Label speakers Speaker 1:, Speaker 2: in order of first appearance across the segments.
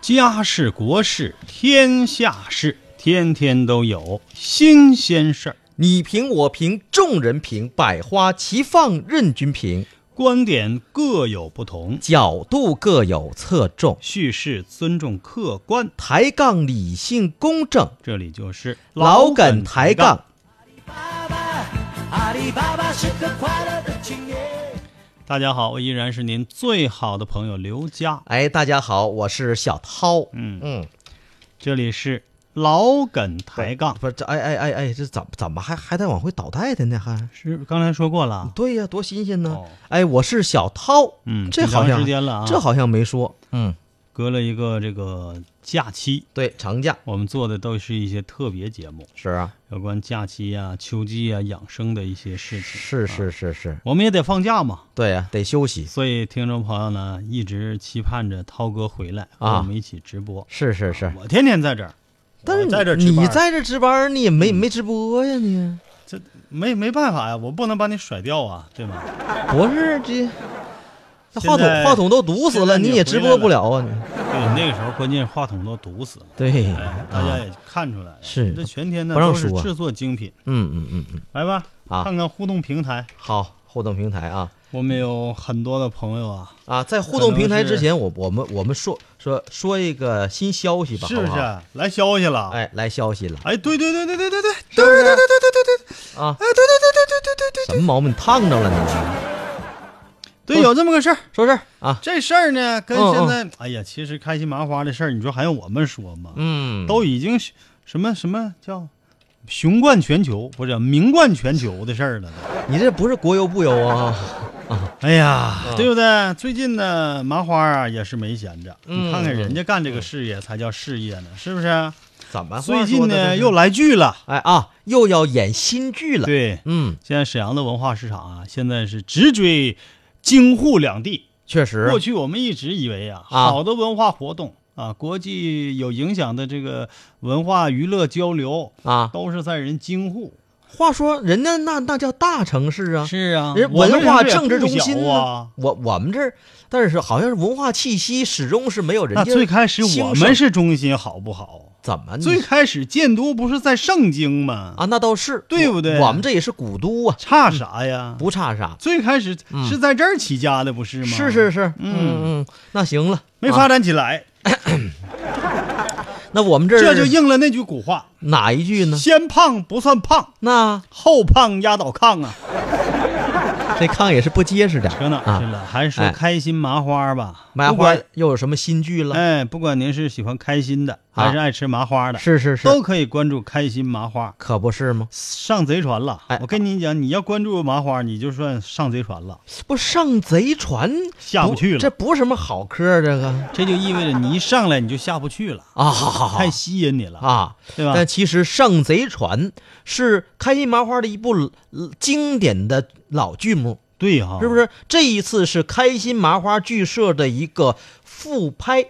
Speaker 1: 家事国事天下事，天天都有新鲜事儿。
Speaker 2: 你评我评众人评，百花齐放任君评，
Speaker 1: 观点各有不同，
Speaker 2: 角度各有侧重，
Speaker 1: 叙事尊重客观，
Speaker 2: 抬杠理性公正，
Speaker 1: 这里就是
Speaker 2: 老梗抬杠。。
Speaker 3: 阿里巴巴是个快乐的青年。
Speaker 1: 大家好，我依然是您最好的朋友刘佳，
Speaker 2: 哎，大家好，我是小涛。
Speaker 1: 嗯
Speaker 2: 嗯，
Speaker 1: 这里是老梗抬杠，
Speaker 2: 不是这哎哎哎哎，这怎么怎么还还在往回倒带的呢？还
Speaker 1: 是刚才说过了，
Speaker 2: 啊对呀、多新鲜呢！
Speaker 1: 哦
Speaker 2: 哎，我是小涛。
Speaker 1: 嗯
Speaker 2: 这好
Speaker 1: 挺长
Speaker 2: 像
Speaker 1: 时间了啊
Speaker 2: 这好像没说。嗯，
Speaker 1: 隔了一个这个假期，
Speaker 2: 对，长假
Speaker 1: 我们做的都是一些特别节目，
Speaker 2: 是啊，
Speaker 1: 有关假期啊、秋季啊、养生的一些事情。
Speaker 2: 是是是是，
Speaker 1: 我们也得放假嘛，
Speaker 2: 对呀、得休息。
Speaker 1: 所以听众朋友呢一直期盼着涛哥回来和
Speaker 2: 啊
Speaker 1: 我们一起直播。
Speaker 2: 是是是，
Speaker 1: 我天天在这儿，
Speaker 2: 但是
Speaker 1: 啊我在这儿嗯值班
Speaker 2: 你在这值班，你也没没直播呀，你
Speaker 1: 这没没办法呀，我不能把你甩掉啊，对吗？
Speaker 2: 不是这这
Speaker 1: 现
Speaker 2: 话筒
Speaker 1: 在
Speaker 2: 话筒都堵死
Speaker 1: 现在
Speaker 2: 了，
Speaker 1: 你
Speaker 2: 你
Speaker 1: 也
Speaker 2: 也
Speaker 1: 回
Speaker 2: 直
Speaker 1: 来
Speaker 2: 播
Speaker 1: 了
Speaker 2: 不了啊，你
Speaker 1: 对，那个时候关键话筒都堵死了，
Speaker 2: 对，
Speaker 1: 哎，大家
Speaker 2: 啊，
Speaker 1: 也看出来了，
Speaker 2: 是
Speaker 1: 这全天呢
Speaker 2: 不让
Speaker 1: 都是
Speaker 2: 说
Speaker 1: 制作精品，
Speaker 2: 嗯嗯嗯嗯，
Speaker 1: 来吧，
Speaker 2: 啊
Speaker 1: 看看互动平台，
Speaker 2: 好，互动平台啊
Speaker 1: 我们有很多的朋友啊，
Speaker 2: 啊，在互动平台
Speaker 1: 可能
Speaker 2: 之
Speaker 1: 是
Speaker 2: 前，我我们我们说说说一个新消息吧，
Speaker 1: 是
Speaker 2: 好
Speaker 1: 不
Speaker 2: 不好？
Speaker 1: 是啊来消息了？
Speaker 2: 哎，来消息了
Speaker 1: 哎，对对对对对对对对对对对对对对对，
Speaker 2: 啊！
Speaker 1: 哎，对对对对对对对
Speaker 2: 什么毛病？烫着了你？
Speaker 1: 对，对有这么个事儿。
Speaker 2: 说事儿啊？
Speaker 1: 这事儿呢，跟
Speaker 2: 嗯
Speaker 1: 现在，哎呀，其实开心麻花的事儿，你说还用我们说吗？
Speaker 2: 嗯，
Speaker 1: 都已经是什么什么叫雄冠全球，不是名冠全球的事儿了都。
Speaker 2: 你这不是国优不优啊？
Speaker 1: 哎呀，
Speaker 2: 嗯
Speaker 1: 对不对？最近呢，麻花啊也是没闲着，
Speaker 2: 嗯
Speaker 1: 你看看人家干这个事业才叫事业呢，是不是？
Speaker 2: 怎么话
Speaker 1: 最
Speaker 2: 说的
Speaker 1: 近
Speaker 2: 这
Speaker 1: 呢
Speaker 2: 是
Speaker 1: 又来剧了，
Speaker 2: 哎啊，又要演新剧了。
Speaker 1: 对，
Speaker 2: 嗯，
Speaker 1: 现在沈阳的文化市场啊，现在是直追京沪两地。
Speaker 2: 确实
Speaker 1: 过，去我们一直以为啊，
Speaker 2: 啊
Speaker 1: 好的文化活动啊，国际有影响的这个文化娱乐交流
Speaker 2: 啊。
Speaker 1: 都是在人京沪。
Speaker 2: 话说，人家那那叫大城市啊，
Speaker 1: 是啊
Speaker 2: 人
Speaker 1: 我们
Speaker 2: 文化
Speaker 1: 这儿也
Speaker 2: 政治
Speaker 1: 不
Speaker 2: 中
Speaker 1: 小
Speaker 2: 心呢
Speaker 1: 啊。
Speaker 2: 我我们这儿，但是好像是文化气息始终是没有人
Speaker 1: 那
Speaker 2: 家
Speaker 1: 最开始我
Speaker 2: 兴
Speaker 1: 们
Speaker 2: 盛嗯
Speaker 1: 是中心，好不好？
Speaker 2: 怎么你
Speaker 1: 最开始建都不是在盛京吗？
Speaker 2: 啊？那倒是
Speaker 1: 对不对
Speaker 2: 我们这也是古都啊，
Speaker 1: 差啥呀？
Speaker 2: 不差啥。
Speaker 1: 最开始
Speaker 2: 嗯
Speaker 1: 是在这儿起家的，不是吗？
Speaker 2: 是是，是，
Speaker 1: 嗯
Speaker 2: 嗯嗯，那行了，
Speaker 1: 没
Speaker 2: 啊
Speaker 1: 发展起来，
Speaker 2: 那我们这儿
Speaker 1: 这就应了那句古话：
Speaker 2: 哪一句呢？
Speaker 1: 先胖不算胖，
Speaker 2: 那
Speaker 1: 后胖压倒炕啊！
Speaker 2: 这炕也是不结实点
Speaker 1: 扯哪儿去
Speaker 2: 啊。
Speaker 1: 了？还是说
Speaker 2: 哎
Speaker 1: 开心麻花吧？
Speaker 2: 麻
Speaker 1: 不
Speaker 2: 花
Speaker 1: 管
Speaker 2: 又有什么新剧了？
Speaker 1: 哎，不管您是喜欢开心的，
Speaker 2: 啊
Speaker 1: 还是爱吃麻花的，
Speaker 2: 是是是，
Speaker 1: 嗯都可以关注开心麻花。
Speaker 2: 可不是吗？
Speaker 1: 上贼船了，
Speaker 2: 哎
Speaker 1: 我跟你讲，你要关注麻花，你就算上贼船了。
Speaker 2: 不上贼船
Speaker 1: 下不去了
Speaker 2: 这不是什么好嗑，这个
Speaker 1: 这就意味着你一上来你就下不去了，
Speaker 2: 啊，好好好
Speaker 1: 太吸引你了，
Speaker 2: 啊！
Speaker 1: 对吧
Speaker 2: 但？其实《上贼船》是开心麻花的一部呃经典的老剧目，
Speaker 1: 对哈，
Speaker 2: 是不？是？这一次是开心麻花剧社的一个复拍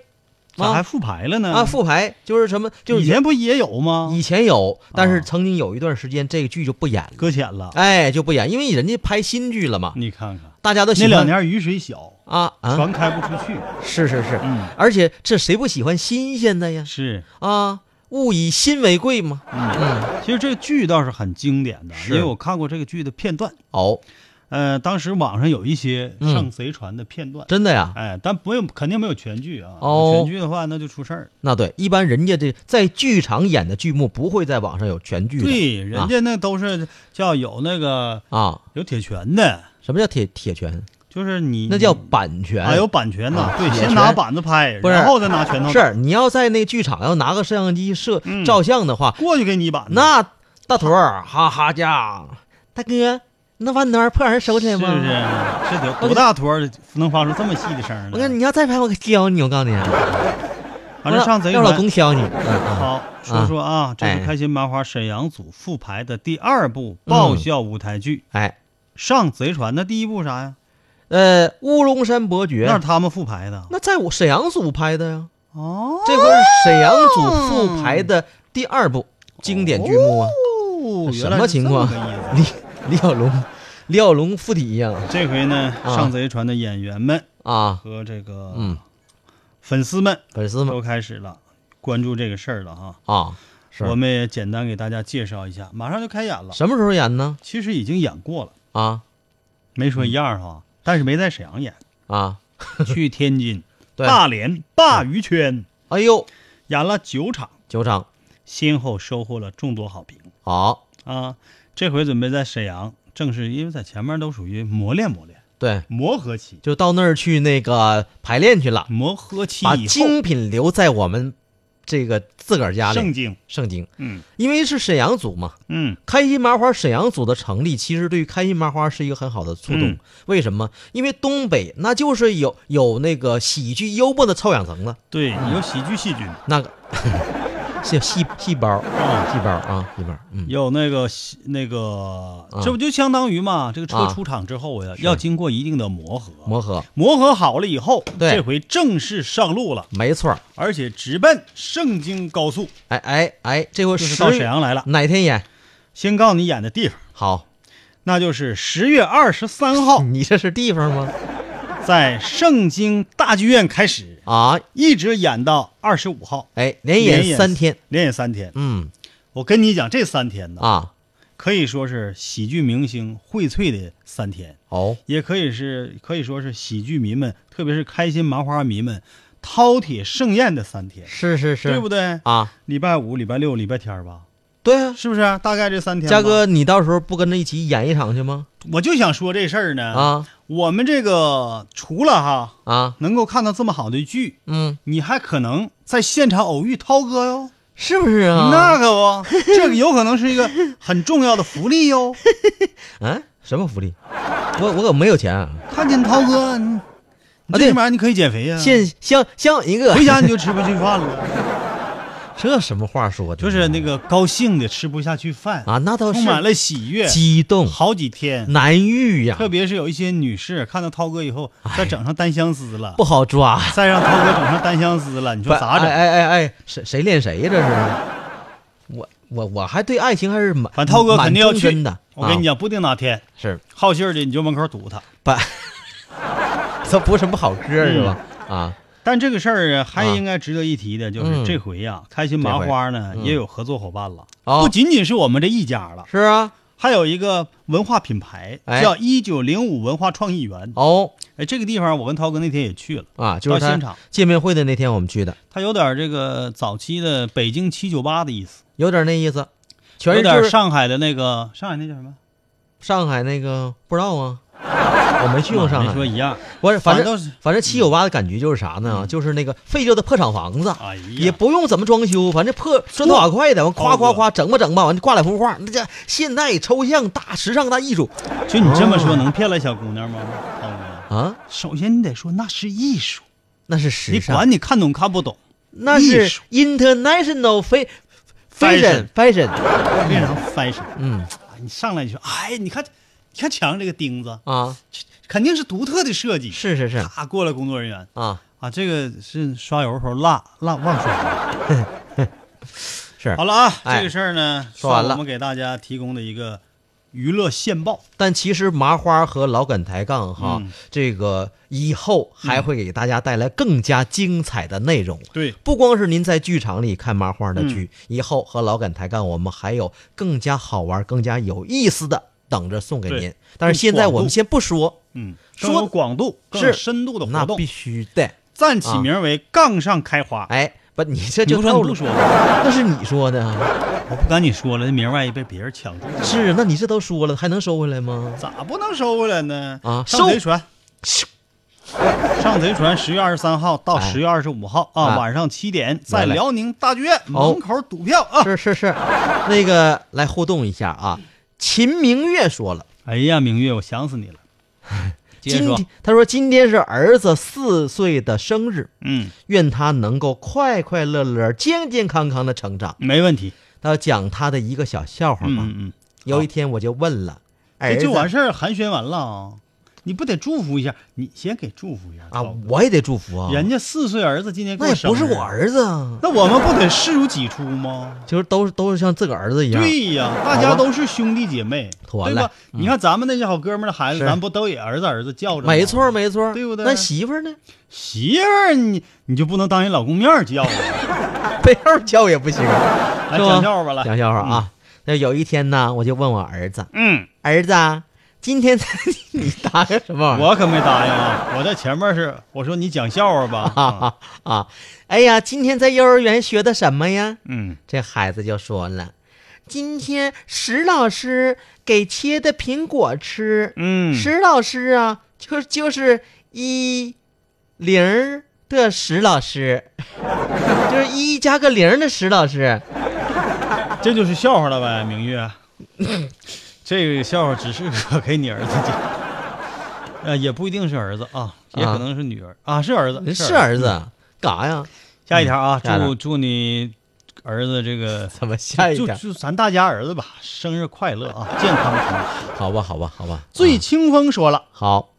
Speaker 1: 咋还
Speaker 2: 啊
Speaker 1: 复牌了呢？
Speaker 2: 啊，复嗯排就是什么，就是
Speaker 1: 以前不也有吗？
Speaker 2: 以前有，但
Speaker 1: 啊
Speaker 2: 是曾经有一段时间这个剧就不演了，
Speaker 1: 搁浅了，
Speaker 2: 哎，就不演，因为人家拍新剧了嘛，
Speaker 1: 你看看
Speaker 2: 大家都喜
Speaker 1: 那
Speaker 2: 欢
Speaker 1: 两年雨水小，
Speaker 2: 啊啊，
Speaker 1: 船开不出去。
Speaker 2: 是是是，
Speaker 1: 嗯，
Speaker 2: 而且这谁不喜欢新鲜的呀？
Speaker 1: 是，
Speaker 2: 啊，物以新为贵嘛，
Speaker 1: 嗯，其实这剧倒是很经典的，因
Speaker 2: 是
Speaker 1: 为我看过这个剧的片段。
Speaker 2: 哦，
Speaker 1: 呃，当时网上有一些
Speaker 2: 嗯
Speaker 1: 上贼船的片段，
Speaker 2: 真的呀，
Speaker 1: 哎，但不用肯定没有全剧啊。
Speaker 2: 哦
Speaker 1: 全剧的话那就出事儿。
Speaker 2: 那对，一般人家这在剧场演的剧目不会在网上有全剧的。
Speaker 1: 对，人家那都是叫有那个
Speaker 2: 啊，
Speaker 1: 有铁拳的，
Speaker 2: 什么叫铁铁拳？
Speaker 1: 就是你
Speaker 2: 那叫版权。
Speaker 1: 啊有版权呐，
Speaker 2: 啊
Speaker 1: 对，
Speaker 2: 铁
Speaker 1: 先
Speaker 2: 拳
Speaker 1: 拿板子拍，
Speaker 2: 不是
Speaker 1: 然后再拿拳 头打
Speaker 2: 是你要在那剧场要拿个摄像机摄、
Speaker 1: 嗯
Speaker 2: 照相的话，
Speaker 1: 过去给你一板子。
Speaker 2: 那大头儿哈哈家伙，大哥，那把你那玩意儿破玩意儿收起来
Speaker 1: 是不
Speaker 2: 吗？
Speaker 1: 是？这得多大坨儿能发出这么细的声儿呢？
Speaker 2: 我看你要再拍，我可削你！我告诉你，啊
Speaker 1: 反正上贼
Speaker 2: 让让老
Speaker 1: 船。
Speaker 2: 公削你。嗯嗯
Speaker 1: 好，说说啊，这是
Speaker 2: 哎
Speaker 1: 开心麻花沈阳组复排的第二部
Speaker 2: 嗯
Speaker 1: 爆笑舞台剧
Speaker 2: 哎，
Speaker 1: 《上贼船》。那第一部啥呀？
Speaker 2: 呃，乌龙山伯爵
Speaker 1: 那是他们复排的。
Speaker 2: 那在我沈阳组拍的呀，
Speaker 1: 哦，
Speaker 2: 这回是沈阳组复排的第二部经典剧目啊。
Speaker 1: 哦原
Speaker 2: 什
Speaker 1: 来
Speaker 2: 么
Speaker 1: 是
Speaker 2: 情
Speaker 1: 这
Speaker 2: 况
Speaker 1: 个意思？
Speaker 2: 李李小龙，李小龙附体呀、
Speaker 1: 这回呢，
Speaker 2: 啊
Speaker 1: 上贼船的演员们
Speaker 2: 啊！
Speaker 1: 和这个
Speaker 2: 嗯
Speaker 1: 粉丝们
Speaker 2: 粉丝们
Speaker 1: 都开始了关注这个事儿了哈。
Speaker 2: 啊，是
Speaker 1: 我们也简单给大家介绍一下，马上就开演了，
Speaker 2: 什么时候演呢？
Speaker 1: 其实已经演过了，
Speaker 2: 啊
Speaker 1: 没说一样
Speaker 2: 嗯
Speaker 1: 哈，但是没在沈 阳演，
Speaker 2: 啊，
Speaker 1: 去天津、
Speaker 2: 对，嗯
Speaker 1: 大连、鲅鱼圈
Speaker 2: 哎呦，
Speaker 1: 演了九场，
Speaker 2: 酒厂
Speaker 1: 先后收获了众多好评
Speaker 2: 好，
Speaker 1: 啊。这回准备在沈阳，正是因为在前面都属于磨练磨练、
Speaker 2: 对，
Speaker 1: 磨合期，
Speaker 2: 就到那儿去那个排练去了，
Speaker 1: 磨合期
Speaker 2: 把
Speaker 1: 以后
Speaker 2: 精品留在我们这个自个儿家
Speaker 1: 圣
Speaker 2: 里。
Speaker 1: 经，
Speaker 2: 圣经，
Speaker 1: 嗯
Speaker 2: 因为是沈阳组嘛，
Speaker 1: 嗯，
Speaker 2: 开心麻花沈阳组的成立，其实对于开心麻花是一个很好的触动。
Speaker 1: 嗯
Speaker 2: 为什么？因为东北那就是有有那个喜剧幽默的臭氧层子，
Speaker 1: 对，有喜剧细菌，
Speaker 2: 那个 是细细胞，细胞啊，细胞，嗯，
Speaker 1: 有那个喜那个
Speaker 2: 啊，
Speaker 1: 这不就相当于嘛？这个车
Speaker 2: 啊
Speaker 1: 出厂之后呀，要经过一定的磨合，
Speaker 2: 磨合，
Speaker 1: 磨合好了以后，
Speaker 2: 对
Speaker 1: 这回正式上路了，
Speaker 2: 没错儿。
Speaker 1: 而且直奔盛京高速，
Speaker 2: 哎哎哎，这回
Speaker 1: 就是
Speaker 2: 十
Speaker 1: 到沈阳来了。
Speaker 2: 哪天演？
Speaker 1: 先告诉你演的地方，
Speaker 2: 好，哦
Speaker 1: 那就是十月二十 三号
Speaker 2: 你这是地方吗？
Speaker 1: 在盛京大剧院开始，
Speaker 2: 啊，
Speaker 1: 一直演到二十五号，
Speaker 2: 哎，连
Speaker 1: 连
Speaker 2: 演三天，，
Speaker 1: 连演三天。
Speaker 2: 嗯
Speaker 1: 我跟你讲，这三天呢，
Speaker 2: 啊，
Speaker 1: 可以说是喜剧明星荟萃的三天。
Speaker 2: 哦，
Speaker 1: 也可以是可以说是喜剧迷们，特别是开心麻花迷们饕餮盛宴的三天，
Speaker 2: 是是是，
Speaker 1: 对不对？
Speaker 2: 啊，
Speaker 1: 礼拜五、礼拜六、礼拜天儿吧，
Speaker 2: 对啊，
Speaker 1: 是不是、大概这三天。
Speaker 2: 嘉，哥，你到时候不跟着一起演一场去吗？
Speaker 1: 我就想说这事儿呢。，
Speaker 2: 啊
Speaker 1: 我们这个除了哈
Speaker 2: 啊，
Speaker 1: 能够看到这么好的剧，
Speaker 2: 嗯，
Speaker 1: 你还可能在现场偶遇涛哥哟。
Speaker 2: 是不是啊？
Speaker 1: 那可不， 这个有可能是一个很重要的福利哟。
Speaker 2: 嗯，什么福利？我我可没有钱啊！
Speaker 1: 看见涛哥，你你
Speaker 2: 啊
Speaker 1: 最
Speaker 2: 对
Speaker 1: 起码你可以减肥呀、
Speaker 2: 现相相一个
Speaker 1: 回，家你就吃不进饭了，
Speaker 2: 这什么话说的？
Speaker 1: 就是那个高兴的吃不下去饭
Speaker 2: 啊，那倒是
Speaker 1: 充满了喜悦，
Speaker 2: 激动嗯
Speaker 1: 好几天。
Speaker 2: 难遇呀，
Speaker 1: 特别是有一些女士看到涛哥以后，
Speaker 2: 哎
Speaker 1: 再整上单相思了
Speaker 2: 不，好抓。
Speaker 1: 再让涛哥整上单相思了，你说咋
Speaker 2: 哎
Speaker 1: 整？
Speaker 2: 哎哎哎，谁谁练谁呀？这是我我我还对爱情还是蛮
Speaker 1: 反正涛哥
Speaker 2: 蛮
Speaker 1: 肯定要
Speaker 2: 忠
Speaker 1: 去
Speaker 2: 贞的。
Speaker 1: 我跟你
Speaker 2: 啊
Speaker 1: 讲，不定哪天
Speaker 2: 是
Speaker 1: 好信儿的你就门口堵他。
Speaker 2: 把，这不是什么好歌是吧？
Speaker 1: 嗯
Speaker 2: 啊，
Speaker 1: 但这个事儿啊，还
Speaker 2: 啊
Speaker 1: 应该值得一提的就是
Speaker 2: 嗯
Speaker 1: 这回呀，开心麻花呢
Speaker 2: 这回嗯
Speaker 1: 也有合作伙伴了，
Speaker 2: 哦
Speaker 1: 不仅仅是我们这一家了，
Speaker 2: 是啊，
Speaker 1: 还有一个文化品牌
Speaker 2: 哎
Speaker 1: 叫一九零五文化创意园。
Speaker 2: 哦
Speaker 1: 哎，这个地方我跟涛哥那天也去了，
Speaker 2: 啊，就是
Speaker 1: 到现
Speaker 2: 他
Speaker 1: 场
Speaker 2: 见面会的那天我们去的，
Speaker 1: 它有点这个早期的北京七九八的意思。
Speaker 2: 有点那意思，全
Speaker 1: 有
Speaker 2: 是就
Speaker 1: 点
Speaker 2: 是
Speaker 1: 上海的那个上海那叫什么？
Speaker 2: 上海那个不知道 啊，我没去过上
Speaker 1: 啊没
Speaker 2: 海
Speaker 1: 说。一样，
Speaker 2: 我是反
Speaker 1: 反正都
Speaker 2: 正
Speaker 1: 是
Speaker 2: 反正七九八的感觉就是啥呢？就是那个废旧的破厂房子，
Speaker 1: 哎呀哦
Speaker 2: 也不用怎么装修，反正破砖头瓦块的，完夸夸夸整吧整吧，完就挂两幅画，那叫现代抽象大时尚大艺术
Speaker 1: 就你这么说能骗来小姑娘吗？涛哥，
Speaker 2: 啊，
Speaker 1: 首先你得说那是艺术，
Speaker 2: 那是时
Speaker 1: 你
Speaker 2: 尚，
Speaker 1: 管你看懂看不懂，
Speaker 2: 那
Speaker 1: 艺
Speaker 2: 是
Speaker 1: 术
Speaker 2: international fa- fashion fashion，
Speaker 1: 非常 fashion。
Speaker 2: 嗯
Speaker 1: 哎你上来就说，哎，你看，你看墙上这个钉子，
Speaker 2: 啊，
Speaker 1: 肯定是独特的设计。
Speaker 2: 是是是
Speaker 1: 啊，过来工作人员
Speaker 2: 啊，
Speaker 1: 啊，这个是刷油的时候落落忘刷油了。
Speaker 2: 是
Speaker 1: 好。了啊，
Speaker 2: 哎
Speaker 1: 这个事儿呢，
Speaker 2: 说完了
Speaker 1: 算我们给大家提供的一个娱乐线报。
Speaker 2: 但其实麻花和老梗抬杠哈，
Speaker 1: 嗯
Speaker 2: 这个以后还会给大家带来更加精彩的内容。
Speaker 1: 对，
Speaker 2: 不光是您在剧场里看麻花的剧，
Speaker 1: 嗯
Speaker 2: 以后和老梗抬杠，我们还有更加好玩、更加有意思的等着送给您
Speaker 1: 对。
Speaker 2: 但是现在我
Speaker 1: 广
Speaker 2: 们
Speaker 1: 度
Speaker 2: 先不说，
Speaker 1: 嗯，
Speaker 2: 说
Speaker 1: 更有广度、更有
Speaker 2: 是
Speaker 1: 深度的活
Speaker 2: 那
Speaker 1: 动
Speaker 2: 必，须的。
Speaker 1: 暂起名为“杠上开花”。
Speaker 2: 哎，不，你这就
Speaker 1: 你不说
Speaker 2: 透
Speaker 1: 你
Speaker 2: 露
Speaker 1: 不说
Speaker 2: 那是你说的啊，
Speaker 1: 我不跟你说了，这名儿万一被别人抢注，
Speaker 2: 是？那你这都说了，还能收回来吗？
Speaker 1: 咋不能收回来呢？
Speaker 2: 啊
Speaker 1: 上贼
Speaker 2: 收
Speaker 1: 船，上贼船，十月二十三号到
Speaker 2: 哎
Speaker 1: 十月二十五号啊，
Speaker 2: 啊
Speaker 1: 晚上七点，在
Speaker 2: 来来
Speaker 1: 辽宁大剧院
Speaker 2: 哦
Speaker 1: 门口堵票啊！
Speaker 2: 是是是，那个来互动一下啊。秦明月说了。
Speaker 1: 哎呀，明月，我想死 你了。接着
Speaker 2: 今
Speaker 1: 说
Speaker 2: 天，他说今天是儿子四岁的生日，
Speaker 1: 嗯，
Speaker 2: 愿他能够快快乐乐、健健康康的成长。
Speaker 1: 没问题，
Speaker 2: 他讲他的一个小笑话吧。哎
Speaker 1: 嗯嗯嗯，哎
Speaker 2: 有一天我就问了，儿
Speaker 1: 这
Speaker 2: 子
Speaker 1: 就完事儿，寒暄完了啊。你不得祝福一下？你先给祝福一下
Speaker 2: 啊
Speaker 1: 涛哥，
Speaker 2: 我也得祝福啊。
Speaker 1: 人家四岁儿子今年
Speaker 2: 那
Speaker 1: 过
Speaker 2: 也
Speaker 1: 生
Speaker 2: 不
Speaker 1: 日，
Speaker 2: 是我，儿子啊，
Speaker 1: 那我们不得视如己出吗？
Speaker 2: 就是都是都是像自个儿子一样。
Speaker 1: 对呀，大家都是兄弟姐妹，
Speaker 2: 妥
Speaker 1: 对
Speaker 2: 了嗯
Speaker 1: 吧？你看咱们那些好哥们儿的孩子，
Speaker 2: 是
Speaker 1: 咱不都也儿子儿子叫着吗？
Speaker 2: 没错没错，
Speaker 1: 对不对
Speaker 2: 那媳妇儿呢？
Speaker 1: 媳妇儿你你就不能当人老公面儿叫啊？
Speaker 2: 背后叫也不行，
Speaker 1: 来
Speaker 2: 是吧
Speaker 1: 讲笑话吧，来，
Speaker 2: 讲笑话啊。那有一天呢，我就问我儿子，
Speaker 1: 嗯。
Speaker 2: 儿子啊，今天你答应什么玩意儿？
Speaker 1: 我可没答应啊！我在前面是我说你讲笑话吧，啊
Speaker 2: 啊啊！哎呀，今天在幼儿园学的什么呀？
Speaker 1: 嗯，
Speaker 2: 这孩子就说了，今天石老师给切的苹果吃。
Speaker 1: 嗯
Speaker 2: 石老师啊，就就是一零儿的石老师， 就是一加个零儿的石老师。
Speaker 1: 这就是笑话了呗，明月。 这个 笑话只适合给你儿子讲，呃，也不一定是儿子啊，也可能是女儿啊，是儿子，
Speaker 2: 是
Speaker 1: 儿子。
Speaker 2: 儿子，干啥呀？
Speaker 1: 下一条啊，
Speaker 2: 下一条
Speaker 1: 祝祝你儿子这个，
Speaker 2: 怎么 下一
Speaker 1: 就
Speaker 2: 条？
Speaker 1: 就咱大家儿子吧，生日快乐啊，健康平安。
Speaker 2: 好吧，好吧，好吧。
Speaker 1: 醉
Speaker 2: 啊
Speaker 1: 清风说了，
Speaker 2: 好，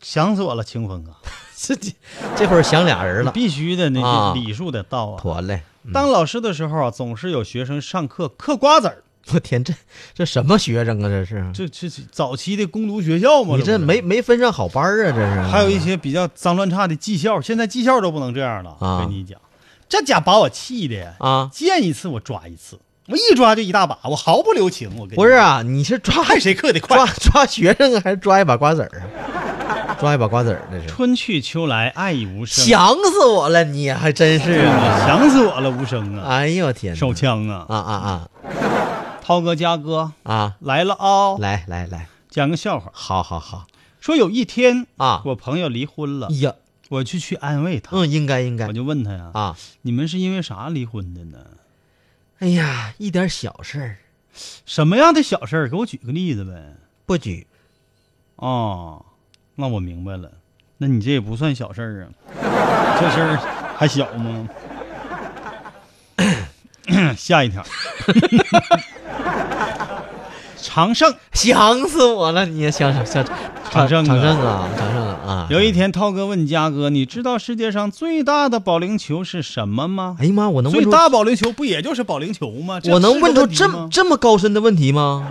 Speaker 1: 想死我了，清风啊，
Speaker 2: 这这这会儿想俩人
Speaker 1: 你
Speaker 2: 了，
Speaker 1: 必须的，那
Speaker 2: 啊
Speaker 1: 些礼数得到啊。
Speaker 2: 妥嘞。嗯
Speaker 1: 当老师的时候啊，总是有学生上课嗑瓜子儿。
Speaker 2: 我天，这这什么学生啊？这是
Speaker 1: 这这这早期的攻读学校嘛，
Speaker 2: 你这
Speaker 1: 不是
Speaker 2: 没没分上好班儿啊？这是
Speaker 1: 还有一些比较脏乱差的技校，现在技校都不能这样了。
Speaker 2: 啊
Speaker 1: 跟你讲，这家把我气的，
Speaker 2: 啊，
Speaker 1: 见一次我抓一次，我一抓就一大把，我毫不留情。我跟你
Speaker 2: 不是啊？你是抓
Speaker 1: 讲，看谁嗑的快
Speaker 2: 抓。抓学生啊还是抓一把瓜子儿啊？抓一把瓜子儿，这是。
Speaker 1: 春去秋来，爱已无声。
Speaker 2: 想死我了，你还真是啊！
Speaker 1: 想死我了，无声啊，
Speaker 2: 哎呦我天哪，
Speaker 1: 手枪啊，
Speaker 2: 啊啊
Speaker 1: 涛哥佳哥
Speaker 2: 啊啊！
Speaker 1: 来了啊、
Speaker 2: 来来来，
Speaker 1: 讲个笑话，
Speaker 2: 好好好
Speaker 1: 说有一天
Speaker 2: 啊！
Speaker 1: 我朋友离婚了
Speaker 2: 哎，呀，
Speaker 1: 我就去安慰他，
Speaker 2: 嗯，应该应该
Speaker 1: 我就问他呀，
Speaker 2: 啊！
Speaker 1: 你们是因为啥离婚的呢？
Speaker 2: 哎呀，一点小事儿
Speaker 1: 什么样的小事儿？给我举个例子呗。
Speaker 2: 不举，
Speaker 1: 哦，那我明白了。那你这也不算小 事儿啊，这事儿还小吗？ 下一条， 长胜。
Speaker 2: 想死我了，你想想想
Speaker 1: 长胜啊
Speaker 2: 长胜啊，长胜啊！
Speaker 1: 有一天，涛哥问嘉哥：“你知道世界上最大的保龄球是什么吗
Speaker 2: 哎呀妈，我？”能问
Speaker 1: 最
Speaker 2: 出
Speaker 1: 大保龄球不也就是保龄球吗？这
Speaker 2: 我能
Speaker 1: 是个
Speaker 2: 问出
Speaker 1: 题
Speaker 2: 这
Speaker 1: 吗
Speaker 2: 么这么高深的问题吗？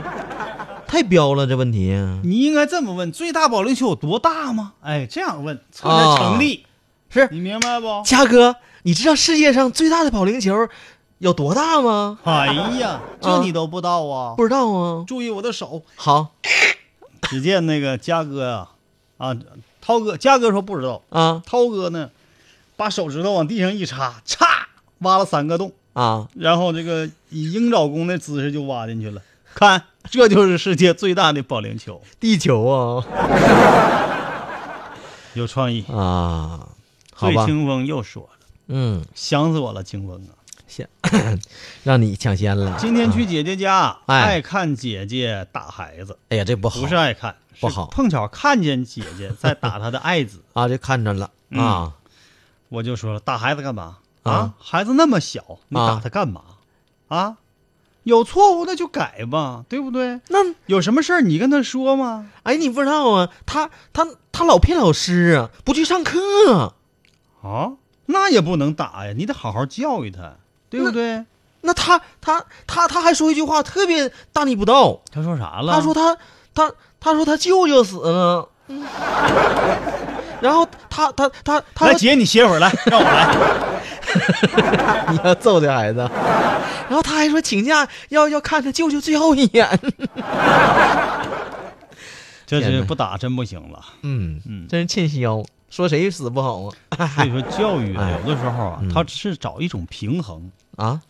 Speaker 2: 太彪了，这问题
Speaker 1: 你应该这么问：最大保龄球有多大吗？哎，这样问才能
Speaker 2: 啊
Speaker 1: 成立，
Speaker 2: 是
Speaker 1: 你明白不？
Speaker 2: 嘉哥，你知道世界上最大的保龄球有多大吗？
Speaker 1: 哎呀，这你都不知道啊！
Speaker 2: 不知道啊。
Speaker 1: 注意我的手。
Speaker 2: 好
Speaker 1: 只见那个嘉哥啊，啊，涛哥，嘉哥说不知道，
Speaker 2: 啊
Speaker 1: 涛哥呢，把手指头往地上一插，嚓，挖了三个洞，
Speaker 2: 啊，
Speaker 1: 然后这个以鹰爪功的姿势就挖进去了。看，这就是世界最大的保龄球，
Speaker 2: 地球啊。
Speaker 1: 有创意。
Speaker 2: 啊，好
Speaker 1: 醉
Speaker 2: 吧，
Speaker 1: 清风又说了，
Speaker 2: 嗯，
Speaker 1: 想死我了，清风啊！
Speaker 2: 先让你抢先了。
Speaker 1: 今天
Speaker 2: 嗯，
Speaker 1: 去姐姐家，
Speaker 2: 哎
Speaker 1: 爱看姐姐打孩子，
Speaker 2: 哎呀，这不好，
Speaker 1: 不是爱看，
Speaker 2: 不
Speaker 1: 是
Speaker 2: 好
Speaker 1: 碰巧看见姐姐在打她的爱子。
Speaker 2: 啊，这看着了
Speaker 1: 嗯
Speaker 2: 啊，
Speaker 1: 我就说了，打孩子干嘛
Speaker 2: 啊
Speaker 1: 孩子那么小，你打他干嘛？啊，有错误那就改吧，对不对？
Speaker 2: 那
Speaker 1: 有什么事儿你跟他说嘛。
Speaker 2: 哎，你不知道啊，他他他老骗老师啊，不去上课啊，
Speaker 1: 啊，那也不能打呀，你得好好教育他，对不对？
Speaker 2: 那他他他他还说一句话特别大逆不道，
Speaker 1: 他说啥了？
Speaker 2: 他说他他他说他舅舅死 了。嗯然后他他他他
Speaker 1: 来姐，你歇会 儿来，让我来。
Speaker 2: 你要揍这孩子， 然后他还说请假要要看他舅舅最后一眼，
Speaker 1: 这
Speaker 2: 天
Speaker 1: 是
Speaker 2: 哪
Speaker 1: 不打真不行了。
Speaker 2: 嗯
Speaker 1: 嗯
Speaker 2: 真是欠削，说谁死不好啊？
Speaker 1: 所以说教育啊
Speaker 2: 哎
Speaker 1: 有的时候啊，
Speaker 2: 嗯
Speaker 1: 它是找一种平衡。
Speaker 2: 啊，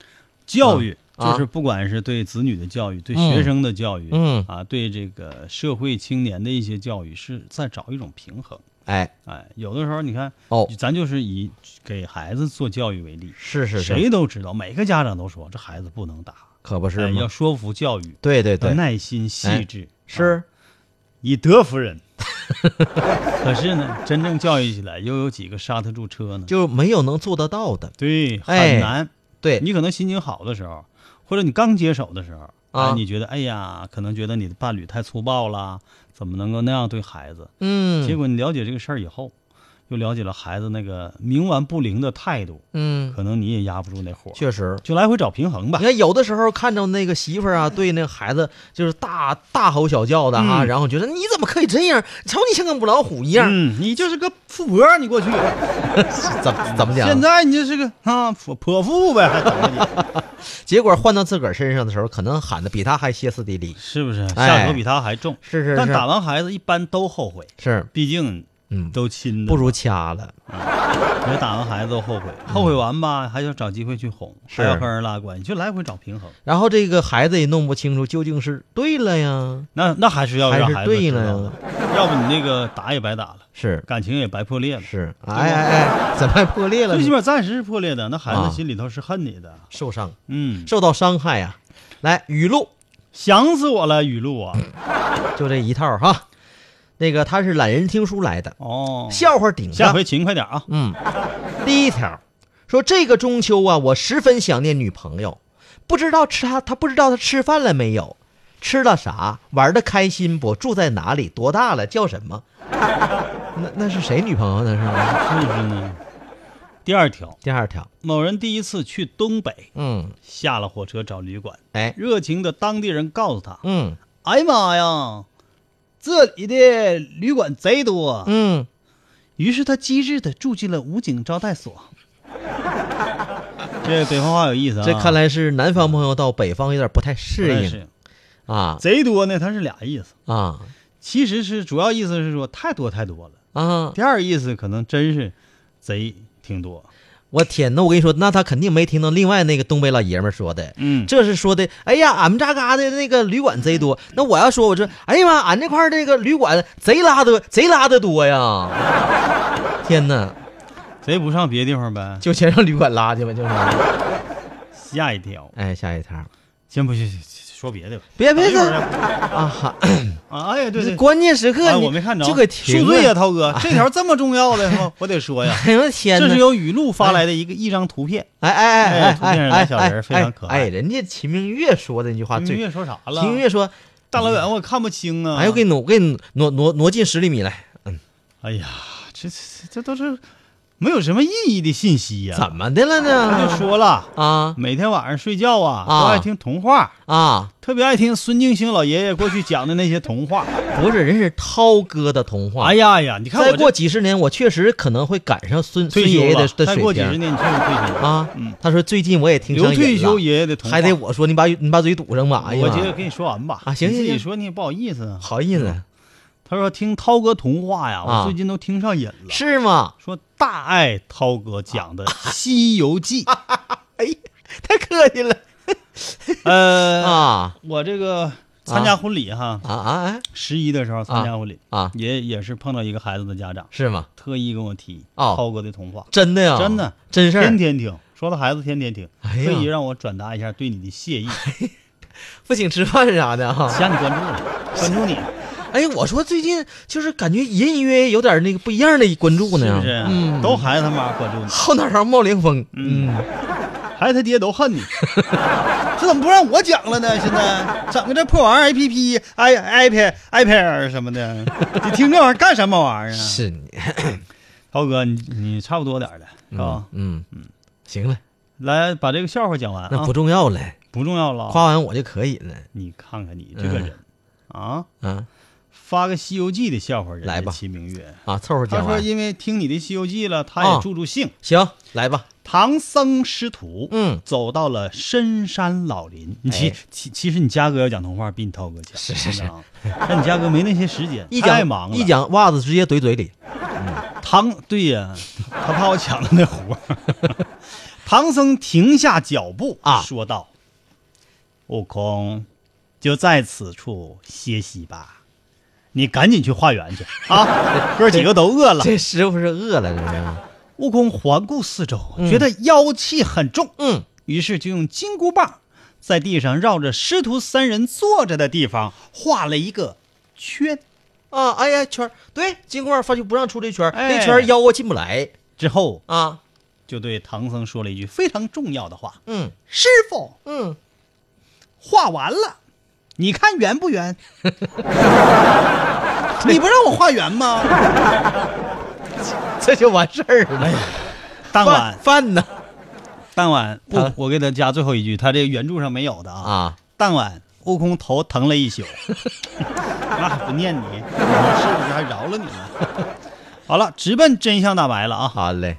Speaker 1: 教育
Speaker 2: 啊
Speaker 1: 就是不管是对子女的教育，对
Speaker 2: 嗯
Speaker 1: 学生的教育，
Speaker 2: 嗯，
Speaker 1: 啊，对这个社会青年的一些教育是在找一种平衡。
Speaker 2: 哎，
Speaker 1: 哎，有的时候你看，
Speaker 2: 哦，
Speaker 1: 咱就是以给孩子做教育为例，
Speaker 2: 是是是，
Speaker 1: 谁都知道，每个家长都说这孩子不能打，
Speaker 2: 可不是
Speaker 1: 哎要
Speaker 2: 吗？
Speaker 1: 说服教育，
Speaker 2: 对对对
Speaker 1: 要，耐心细
Speaker 2: 哎
Speaker 1: 致，啊
Speaker 2: 是
Speaker 1: 以德服人。可是呢，真正教育起来，又有几个刹得住车呢？
Speaker 2: 就没有能做得到的，
Speaker 1: 对，
Speaker 2: 哎
Speaker 1: 很难。
Speaker 2: 对
Speaker 1: 你可能心情好的时候，或者你刚接手的时候，
Speaker 2: 啊
Speaker 1: 哎你觉得哎呀，可能觉得你的伴侣太粗暴了，怎么能够那样对孩子？结
Speaker 2: 嗯
Speaker 1: 果你了解这个事儿以后，又了解了孩子那个冥顽不灵的态度，
Speaker 2: 嗯，
Speaker 1: 可能你也压不住那火，
Speaker 2: 确实。
Speaker 1: 就来回找平衡吧
Speaker 2: 你。看，有的时候看着那个媳妇儿啊，对那个孩子就是大大吼小叫的啊，
Speaker 1: 嗯
Speaker 2: 然后觉得你怎么可以这样？瞅你像个母老虎一样，
Speaker 1: 嗯，你就是个富婆，你过去，
Speaker 2: 怎么怎么讲？
Speaker 1: 现在你就是个啊泼泼妇呗， 还等着你，
Speaker 2: 结果换到自个儿身上的时候，可能喊的比他还歇斯底里。
Speaker 1: 是不是？
Speaker 2: 哎
Speaker 1: 下手比他还重。
Speaker 2: 是是
Speaker 1: 但
Speaker 2: 是
Speaker 1: 打完孩子一般都后悔，
Speaker 2: 是，
Speaker 1: 毕竟
Speaker 2: 嗯，
Speaker 1: 都亲的，
Speaker 2: 不如掐了。
Speaker 1: 你打完孩子都后悔，后悔完吧，还要找机会去哄，
Speaker 2: 是
Speaker 1: 还要和人拉关系，就来回找平衡。
Speaker 2: 然后这个孩子也弄不清楚究竟是对了呀，
Speaker 1: 那那还是要
Speaker 2: 还
Speaker 1: 让
Speaker 2: 是
Speaker 1: 孩子
Speaker 2: 对
Speaker 1: 知
Speaker 2: 了
Speaker 1: 道的，
Speaker 2: 呀？
Speaker 1: 要不你那个打也白打了，
Speaker 2: 是
Speaker 1: 感情也白破裂了。
Speaker 2: 是，哎哎哎，怎么还破裂了
Speaker 1: 最起
Speaker 2: 呢？
Speaker 1: 码暂时是破裂的，那孩
Speaker 2: 啊
Speaker 1: 子心里头是恨你的。
Speaker 2: 受伤，
Speaker 1: 嗯，
Speaker 2: 受到伤害呀、来，语录
Speaker 1: 想死我了，雨露啊！
Speaker 2: 就这一套哈。那个他是懒人听书来的，
Speaker 1: 哦，
Speaker 2: 笑话顶
Speaker 1: 下
Speaker 2: 上。
Speaker 1: 回勤快点啊！
Speaker 2: 嗯，第一条说这个中秋啊，我十分想念女朋友，不知道吃她，她不知道她吃饭了没有，吃了啥，玩的开心不，住在哪里，多大了，叫什么？ 那那是谁女朋友呢？是吗？
Speaker 1: 是不是呢？第二条，
Speaker 2: 第二条，
Speaker 1: 某人第一次去东北，
Speaker 2: 嗯，
Speaker 1: 下了火车找旅馆，
Speaker 2: 哎，
Speaker 1: 热情的当地人告诉他
Speaker 2: 嗯：“
Speaker 1: 哎呀妈呀，这里的旅馆贼多。
Speaker 2: 嗯，
Speaker 1: 于是他机智的住进了武警招待所。 这北方话有意思啊！
Speaker 2: 这看来是南方朋友到北方有点不太适
Speaker 1: 不太
Speaker 2: 应啊
Speaker 1: 贼多呢，它是俩意思。
Speaker 2: 啊
Speaker 1: 其实是主要意思是说太多太多了，
Speaker 2: 啊！
Speaker 1: 第二意思可能真是贼挺多。
Speaker 2: 我天，那我跟你说，那他肯定没听到另外那个东北老爷们儿说的，
Speaker 1: 嗯，
Speaker 2: 这是说的，哎呀，俺们这嘎的那个旅馆贼多。那我要说，我说，哎呀妈，俺这块儿这个旅馆贼拉的，贼拉的多呀！天哪，
Speaker 1: 贼不上别地方呗。
Speaker 2: 就先让旅馆拉去吧，就是。
Speaker 1: 下一条，
Speaker 2: 哎，下一条，
Speaker 1: 先不去说别的吧。哎
Speaker 2: 别别
Speaker 1: 等一会
Speaker 2: 别
Speaker 1: 儿再
Speaker 2: 啊哈！
Speaker 1: 啊！哎呀，对对，
Speaker 2: 关键时刻
Speaker 1: 哎
Speaker 2: 你
Speaker 1: 我没看着，
Speaker 2: 就给停
Speaker 1: 恕罪啊呀，
Speaker 2: 了。
Speaker 1: 涛哥，这条这么重要的， 我我得说呀。
Speaker 2: 哎呦我哎天
Speaker 1: 这是
Speaker 2: 哪！
Speaker 1: 由雨露发来的一个一张图片，
Speaker 2: 哎哎哎
Speaker 1: 哎
Speaker 2: 哎
Speaker 1: 图片
Speaker 2: 哎
Speaker 1: 上
Speaker 2: 哎
Speaker 1: 的小人儿非常可爱
Speaker 2: 哎，哎人家秦明月说的那句话
Speaker 1: 秦
Speaker 2: 最，
Speaker 1: 月说啥了？
Speaker 2: 秦明月说，
Speaker 1: 大老远我看不清啊！
Speaker 2: 嗯哎，我给你挪，我给你挪挪挪近十厘米来。
Speaker 1: 哎呀，这这这都是没有什么意义的信息哎呀、
Speaker 2: 怎么的了
Speaker 1: 他就
Speaker 2: 呢？
Speaker 1: 说了，
Speaker 2: 啊
Speaker 1: 每天晚上睡觉啊，
Speaker 2: 啊
Speaker 1: 都爱听童话，
Speaker 2: 啊！
Speaker 1: 特别爱听孙敬兴老爷爷过去讲的那些童话。
Speaker 2: 不是，人是涛哥的童话。
Speaker 1: 哎呀呀，你看我
Speaker 2: 再
Speaker 1: 这
Speaker 2: 过几十年，我确实可能会赶上孙孙
Speaker 1: 退
Speaker 2: 爷
Speaker 1: 休
Speaker 2: 爷的
Speaker 1: 了，
Speaker 2: 的
Speaker 1: 再
Speaker 2: 水
Speaker 1: 过几十
Speaker 2: 平
Speaker 1: 年你确实退休了。
Speaker 2: 啊。
Speaker 1: 嗯
Speaker 2: 他说最近我也听上
Speaker 1: 留退
Speaker 2: 瘾了
Speaker 1: 休，爷爷的童话，
Speaker 2: 还得我说你把你把嘴堵上吧。哎呀
Speaker 1: 我
Speaker 2: 妈
Speaker 1: 接着，跟你说完吧。
Speaker 2: 啊行
Speaker 1: 你自
Speaker 2: 行
Speaker 1: 己
Speaker 2: 行
Speaker 1: 说你也不好意思啊。
Speaker 2: 好意思
Speaker 1: 他说听涛哥童话呀，
Speaker 2: 啊
Speaker 1: 我最近都听上瘾了。
Speaker 2: 是 啊吗？
Speaker 1: 说大爱涛哥讲的《西游记》
Speaker 2: 啊太客气了
Speaker 1: 呃，
Speaker 2: 啊
Speaker 1: 我这个参加婚礼哈，
Speaker 2: 啊啊哎
Speaker 1: 十一的时候参加婚礼，
Speaker 2: 啊
Speaker 1: 也也是碰到一个孩子的家长，
Speaker 2: 是吗？
Speaker 1: 特意跟我提
Speaker 2: 哦
Speaker 1: 涛哥的童话，
Speaker 2: 真的呀，
Speaker 1: 真的
Speaker 2: 真事
Speaker 1: 天
Speaker 2: 儿，
Speaker 1: 天听，说他孩子天天听，
Speaker 2: 哎呀
Speaker 1: 特意让我转达一下对你的谢意，
Speaker 2: 不请吃饭啥的哈。
Speaker 1: 加你关注了，关注你，
Speaker 2: 哎，我说最近就是感觉隐隐约约有点那个不一样的关注呢，
Speaker 1: 是不是？
Speaker 2: 嗯，
Speaker 1: 都孩子他妈关注你，
Speaker 2: 后脑勺啊冒凉风，
Speaker 1: 嗯
Speaker 2: 嗯，
Speaker 1: 孩子他爹都恨你， 这怎么不让我讲了呢？现在整个这破玩意儿 A P P i iPad iPad 什么的，你听这玩意儿干什么玩意儿啊？
Speaker 2: 是你，
Speaker 1: 涛哥，你你差不多点儿了，是吧？
Speaker 2: 嗯嗯，行了，
Speaker 1: 来把这个笑话讲完
Speaker 2: 那
Speaker 1: 啊哦
Speaker 2: 不，重要了。
Speaker 1: 不重要了。
Speaker 2: 夸完我就可以了。
Speaker 1: 你看看你这个人啊，
Speaker 2: 啊
Speaker 1: 发个《西游记》的笑话，人
Speaker 2: 来
Speaker 1: 家
Speaker 2: 吧
Speaker 1: 秦明月，
Speaker 2: 啊，凑合
Speaker 1: 他
Speaker 2: 讲
Speaker 1: 说
Speaker 2: 完。
Speaker 1: 因为听你的《西游记》了，他
Speaker 2: 啊
Speaker 1: 也助助兴。
Speaker 2: 行，来吧。
Speaker 1: 唐僧师徒，
Speaker 2: 嗯，
Speaker 1: 走到了深山老林。你其
Speaker 2: 哎
Speaker 1: 其其实你嘉哥要讲童话比你涛哥强，
Speaker 2: 是是是
Speaker 1: 真的啊，但你嘉哥没那些时间，
Speaker 2: 一
Speaker 1: 太
Speaker 2: 讲
Speaker 1: 忙了。
Speaker 2: 一讲袜子直接怼嘴里。
Speaker 1: 唐对呀，他怕我抢了那活儿。 唐僧停下脚步
Speaker 2: 啊
Speaker 1: 说道：“悟空，就在此处歇息吧，你赶紧去化缘去 啊！哥几个都饿了。
Speaker 2: 这师傅是饿了，这是。”
Speaker 1: 悟空环顾四周，
Speaker 2: 嗯
Speaker 1: 觉得妖气很重，
Speaker 2: 嗯，
Speaker 1: 于是就用金箍棒在地上绕着师徒三人坐着的地方画了一个圈。
Speaker 2: 啊，哎呀，圈儿对，金箍棒发就不让出这圈儿，
Speaker 1: 哎
Speaker 2: 那圈儿腰啊进不来
Speaker 1: 之后，
Speaker 2: 啊。
Speaker 1: 就对唐僧说了一句非常重要的话
Speaker 2: 嗯：“
Speaker 1: 师傅，
Speaker 2: 嗯，
Speaker 1: 画完了，你看圆不 圆？你不让我画圆吗？
Speaker 2: 这就完事儿了。
Speaker 1: 哎当晚
Speaker 2: 饭饭呢？
Speaker 1: 当晚不
Speaker 2: 啊，
Speaker 1: 我给他加最后一句，他这个原著上没有的啊。
Speaker 2: 啊，
Speaker 1: 当晚，悟空头疼了一宿， 那还不念你，是不是还饶了你了？ 好了，直奔真相大白了啊！
Speaker 2: 好嘞。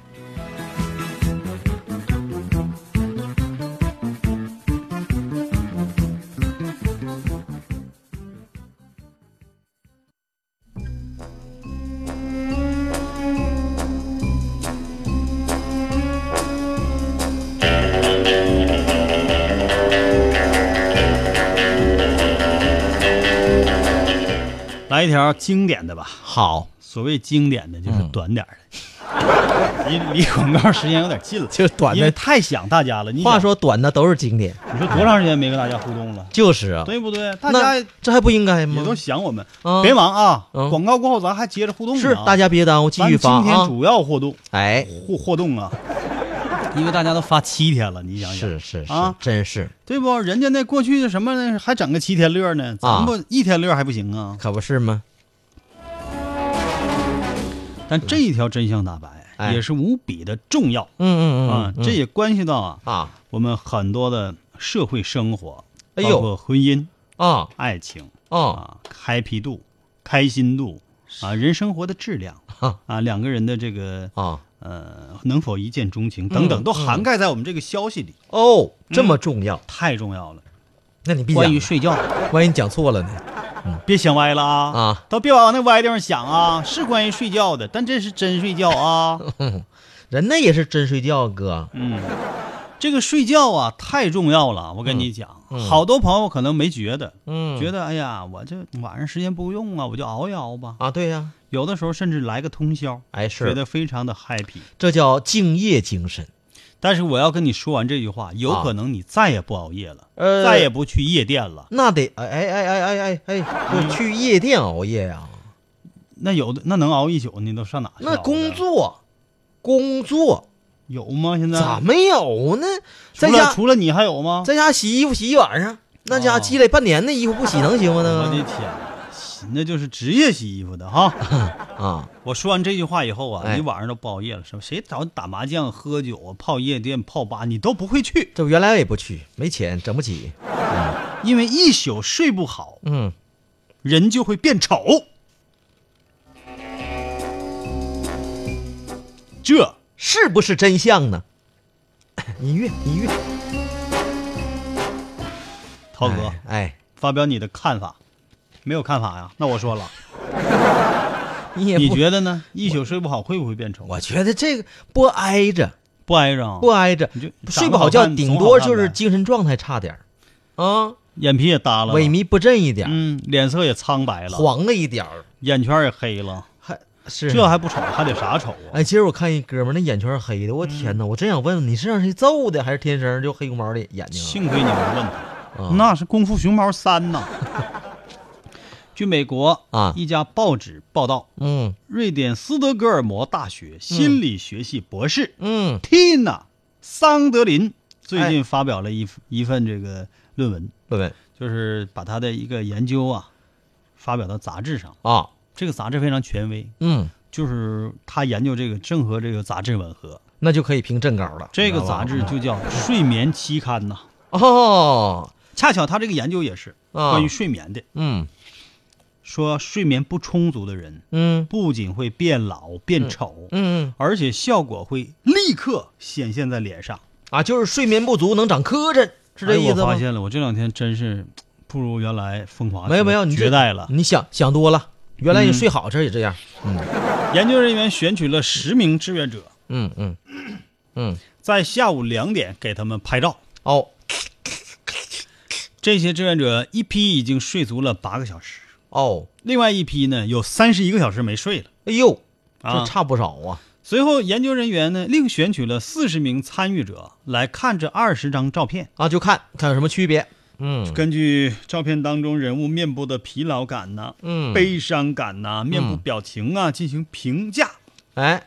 Speaker 1: 来一条经典的吧，
Speaker 2: 好，
Speaker 1: 所谓经典的就是
Speaker 2: 嗯
Speaker 1: 短点儿的， 离、离广告时间有点近了，
Speaker 2: 就短的
Speaker 1: 因为太想大家了。你想
Speaker 2: 话，说短的都是经典，
Speaker 1: 你说多长时间没跟大家互动了，
Speaker 2: 就是啊。
Speaker 1: 对不对？大家
Speaker 2: 那这还不应该吗
Speaker 1: 也？都想我们，
Speaker 2: 嗯
Speaker 1: 别忙啊！
Speaker 2: 嗯
Speaker 1: 广告过后咱还接着互动呢啊、
Speaker 2: 是，大家别耽误，继
Speaker 1: 咱
Speaker 2: 续发
Speaker 1: 今天
Speaker 2: 啊！
Speaker 1: 主要互动，
Speaker 2: 哎，
Speaker 1: 互互 动啊，因为大家都发七天了，你想想，
Speaker 2: 是是是
Speaker 1: 啊，
Speaker 2: 真是，
Speaker 1: 对不？人家那过去的什么呢，还整个七天乐呢，咱
Speaker 2: 啊
Speaker 1: 不一天乐还不行啊？
Speaker 2: 可不是吗？
Speaker 1: 但这一条真相大白
Speaker 2: 哎
Speaker 1: 也是无比的重要
Speaker 2: 嗯
Speaker 1: 啊
Speaker 2: 嗯，嗯，
Speaker 1: 这也关系到啊
Speaker 2: 啊
Speaker 1: 我们很多的社会生活，
Speaker 2: 哎
Speaker 1: 包
Speaker 2: 呦
Speaker 1: 括婚姻、
Speaker 2: 啊
Speaker 1: 爱情
Speaker 2: 啊
Speaker 1: 啊、开 a 度、开心度啊、人生活的质量
Speaker 2: 啊
Speaker 1: 啊、两个人的这个
Speaker 2: 啊！
Speaker 1: 呃能否一见钟情等等，
Speaker 2: 嗯
Speaker 1: 都涵盖在我们这个消息里，
Speaker 2: 哦，这么重要，
Speaker 1: 太重要了。
Speaker 2: 那你别
Speaker 1: 嗯关于
Speaker 2: 讲，
Speaker 1: 睡觉，
Speaker 2: 万一你讲错了呢？
Speaker 1: 别想歪了啊！
Speaker 2: 啊，
Speaker 1: 都别往那歪地方想啊！是关于睡觉的，但这是真睡觉 啊。
Speaker 2: 人那也是真睡觉，哥，
Speaker 1: 嗯，这个睡觉啊太重要了，我跟你讲，好多朋友可能没觉得，
Speaker 2: 嗯，
Speaker 1: 觉得哎呀，我这晚上时间不够用啊，我就熬一熬吧。
Speaker 2: 啊，对呀，
Speaker 1: 有的时候甚至来个通宵，
Speaker 2: 哎
Speaker 1: 觉
Speaker 2: 是，
Speaker 1: 得非常的 happy。
Speaker 2: 这叫敬业精神，
Speaker 1: 但是我要跟你说完这句话，有
Speaker 2: 啊
Speaker 1: 可能你再也不熬夜了，
Speaker 2: 呃
Speaker 1: 再也不去夜店了。
Speaker 2: 那得哎哎哎哎哎哎哎，我去夜店熬夜呀，
Speaker 1: 那有的那能熬一宿，你都上哪去熬
Speaker 2: 那
Speaker 1: 去？
Speaker 2: 工作工作
Speaker 1: 有吗？现在
Speaker 2: 咋没有呢？在
Speaker 1: 除了
Speaker 2: 家
Speaker 1: 除了你还有吗？
Speaker 2: 在家洗衣服洗一晚上，那家
Speaker 1: 哦
Speaker 2: 积累半年的衣服不洗能行吗？
Speaker 1: 我的
Speaker 2: 那
Speaker 1: 天，那就是职业洗衣服 的哈。
Speaker 2: 啊，
Speaker 1: 我说完这句话以后啊，
Speaker 2: 哎
Speaker 1: 你晚上都不熬夜了，什么谁找你打麻将、喝酒啊、泡夜店、泡吧，你都不会去，
Speaker 2: 这原来我也不去，没钱，整不起。
Speaker 1: 因为一宿睡不好，
Speaker 2: 嗯，
Speaker 1: 人就会变丑。这
Speaker 2: 是不是真相呢？ 音乐，音乐，
Speaker 1: 涛哥、
Speaker 2: 哎，
Speaker 1: 发表你的看法，没有看法呀？那我说了，
Speaker 2: 哎你 也
Speaker 1: 你
Speaker 2: 不，
Speaker 1: 觉 得呢？一宿睡不好会不会变丑？
Speaker 2: 我觉得这个不挨着，
Speaker 1: 不挨着啊
Speaker 2: 不，挨着
Speaker 1: 你就，
Speaker 2: 睡不好觉，
Speaker 1: 长得好看
Speaker 2: 顶多就
Speaker 1: 总好看
Speaker 2: 是
Speaker 1: 呗
Speaker 2: 精神状态差点儿，啊，
Speaker 1: 眼皮也耷拉了，
Speaker 2: 萎靡不振一点儿，
Speaker 1: 嗯，脸色也苍白了，
Speaker 2: 黄了一点儿，
Speaker 1: 眼圈也黑了，
Speaker 2: 还是
Speaker 1: 这。还不丑，还得啥丑啊？
Speaker 2: 哎，今儿我看一哥们儿，那眼圈黑的，我
Speaker 1: 嗯
Speaker 2: 天哪！我真想问问你是让谁揍的，还是天生就黑红毛的眼睛
Speaker 1: 幸亏你没问他，
Speaker 2: 啊？啊
Speaker 1: 那是《功夫熊猫三》 呐。据美国
Speaker 2: 啊
Speaker 1: 一家报纸报道，
Speaker 2: 嗯
Speaker 1: 瑞典斯德哥尔摩大学心理学系博士、
Speaker 2: 嗯
Speaker 1: Tina 桑德林最
Speaker 2: 哎
Speaker 1: 近发表了一、一份这个论文，
Speaker 2: 论文
Speaker 1: 就是把他的一个研究啊发表到杂志上。
Speaker 2: 啊，
Speaker 1: 这个杂志非常权威，
Speaker 2: 嗯，
Speaker 1: 就是他研究这个正和这个杂志吻合。
Speaker 2: 那就可以评正高了。
Speaker 1: 这个
Speaker 2: 知道吧
Speaker 1: 杂志就叫《睡眠期刊》呐。
Speaker 2: 哦，
Speaker 1: 恰巧他这个研究也是
Speaker 2: 啊
Speaker 1: 关于睡眠的。
Speaker 2: 嗯
Speaker 1: 说睡眠不充足的人
Speaker 2: 嗯
Speaker 1: 不仅会变老变丑，
Speaker 2: 嗯
Speaker 1: 而且效果会立刻显现在脸上，
Speaker 2: 啊，就是睡眠不足能长磕碜，是这意
Speaker 1: 哎
Speaker 2: 思
Speaker 1: 我
Speaker 2: 吗
Speaker 1: 发？现了，我这两天真是不如原来风华
Speaker 2: 没有没有，你这
Speaker 1: 绝代了。
Speaker 2: 你想想多了。原来你
Speaker 1: 嗯
Speaker 2: 睡好这也这样。
Speaker 1: 研究人员选取了十名志愿者，
Speaker 2: 嗯嗯嗯，
Speaker 1: 在下午两点给他们拍照。
Speaker 2: 哦
Speaker 1: 这些志愿者一批已经睡足了八个小时，
Speaker 2: 哦，
Speaker 1: 另外一批呢有三十一个小时没睡了
Speaker 2: 哎呦，
Speaker 1: 啊
Speaker 2: 这。差不少啊。
Speaker 1: 随后，研究人员呢另选取了四十名参与者来看这二十张照片。
Speaker 2: 啊，就看看有什么区别。嗯
Speaker 1: 根据照片当中人物面部的疲劳感呐、
Speaker 2: 嗯，
Speaker 1: 悲伤感呐、面部表情啊进行评价。
Speaker 2: 哎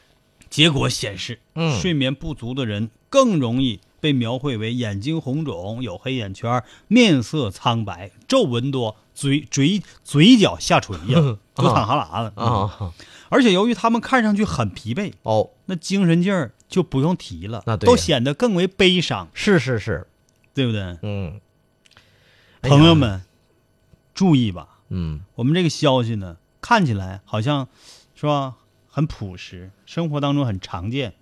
Speaker 1: 结果显示，
Speaker 2: 嗯
Speaker 1: 睡眠不足的人更容易被描绘为眼睛红肿、有黑眼圈、面色苍白、皱纹多、嘴嘴嘴角下垂呀，都淌哈喇子嗯
Speaker 2: 嗯啊
Speaker 1: 而且由于他们看上去很疲惫，
Speaker 2: 哦，
Speaker 1: 那精神劲儿就不用提了，
Speaker 2: 那对呀
Speaker 1: 都显得更为悲伤，
Speaker 2: 是是是，
Speaker 1: 对不对？
Speaker 2: 嗯，哎呀
Speaker 1: 朋友，们，注意吧，
Speaker 2: 嗯
Speaker 1: 我们这个消息呢，看起来好像是吧，很朴实，生活当中很常见，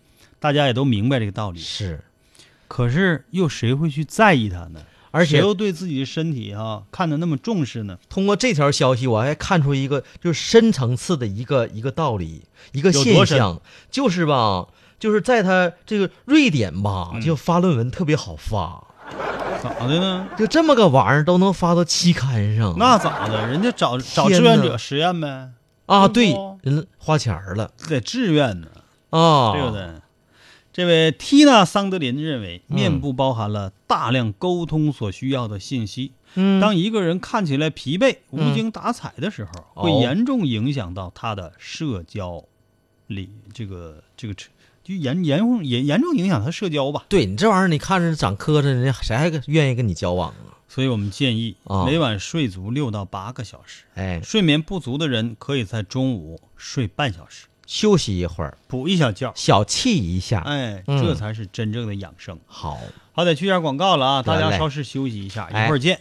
Speaker 1: 大家也都明白这个道理。
Speaker 2: 是，
Speaker 1: 可是又谁会去在意它呢？
Speaker 2: 而且
Speaker 1: 谁又对自己的身体哈、看得那么重视呢？
Speaker 2: 通过这条消息，我还看出一个就是深层次的一个一个道理，一个
Speaker 1: 有
Speaker 2: 现
Speaker 1: 多深
Speaker 2: 象，就是吧，就是在他这个瑞典吧，
Speaker 1: 嗯
Speaker 2: 就发论文特别好发，
Speaker 1: 咋的呢？
Speaker 2: 就这么个玩意儿都能发到期刊上，
Speaker 1: 那咋的？人家找找志愿者实验呗，
Speaker 2: 啊，对
Speaker 1: 对不，
Speaker 2: 人花钱儿了
Speaker 1: 得志愿呢，
Speaker 2: 啊，
Speaker 1: 对不对？这位缇娜·桑德林认为，
Speaker 2: 嗯
Speaker 1: 面部包含了大量沟通所需要的信息，
Speaker 2: 嗯，
Speaker 1: 当一个人看起来疲惫、
Speaker 2: 嗯
Speaker 1: 无精打采的时候，
Speaker 2: 哦
Speaker 1: 会严重影响到他的社交里这个这个就严严重严严重影响他社交吧。
Speaker 2: 对你这玩意儿，你看着长磕碜，人家谁还愿意跟你交往啊？
Speaker 1: 所以我们建议
Speaker 2: 哦
Speaker 1: 每晚睡足六到八个小时，
Speaker 2: 哎，
Speaker 1: 睡眠不足的人可以在中午睡半小时，
Speaker 2: 休息一会儿，
Speaker 1: 补一小觉。
Speaker 2: 小憩一下，
Speaker 1: 哎，
Speaker 2: 啊嗯
Speaker 1: 这才是真正的养生。
Speaker 2: 好。
Speaker 1: 好歹去一下广告了啊，大
Speaker 2: 得
Speaker 1: 家
Speaker 2: 嘞
Speaker 1: 稍事休息一下，
Speaker 2: 哎
Speaker 1: 一会儿见。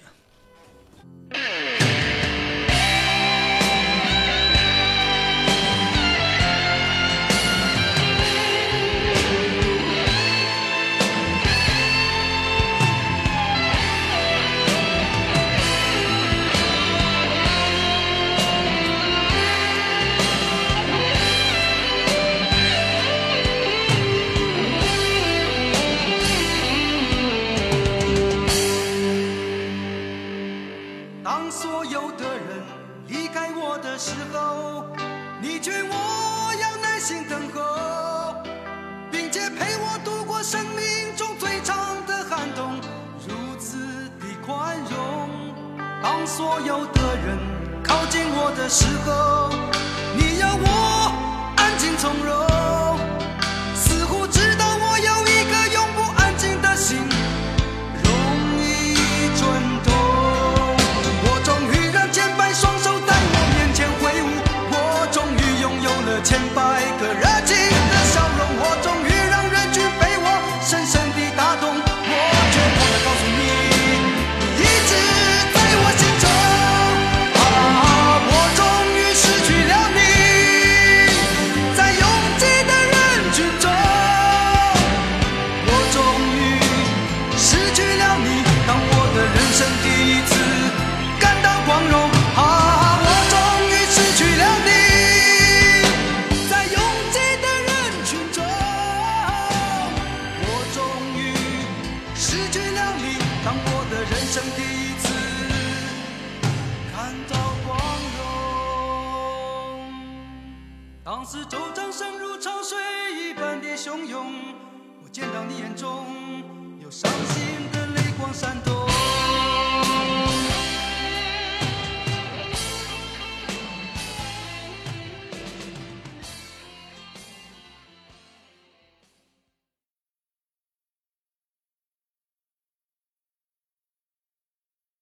Speaker 3: 当所有的人离开我的时候，你劝我要耐心等候，并且陪我度过生命中最长的寒冬，如此的宽容。当所有的人靠近我的时候，你要我安静从容，似乎知道我有一颗永不安静的心。容易转动。我终于让千百双手在我面前挥舞，我终于拥有了千百个热情的笑容，我终于让人群被我深深地打动。我绝望地告诉你，你一直在我心中。啊，我终于失去了你，在拥挤的人群中。我终于失去了你，当我的人生第一次感到光荣。啊，我终于失去了你，在拥挤的人群中，我终于失去了你，当我的人生第一次感到光荣。当时周章声如潮水一般的汹涌，我见到你眼中有伤心的泪光闪动。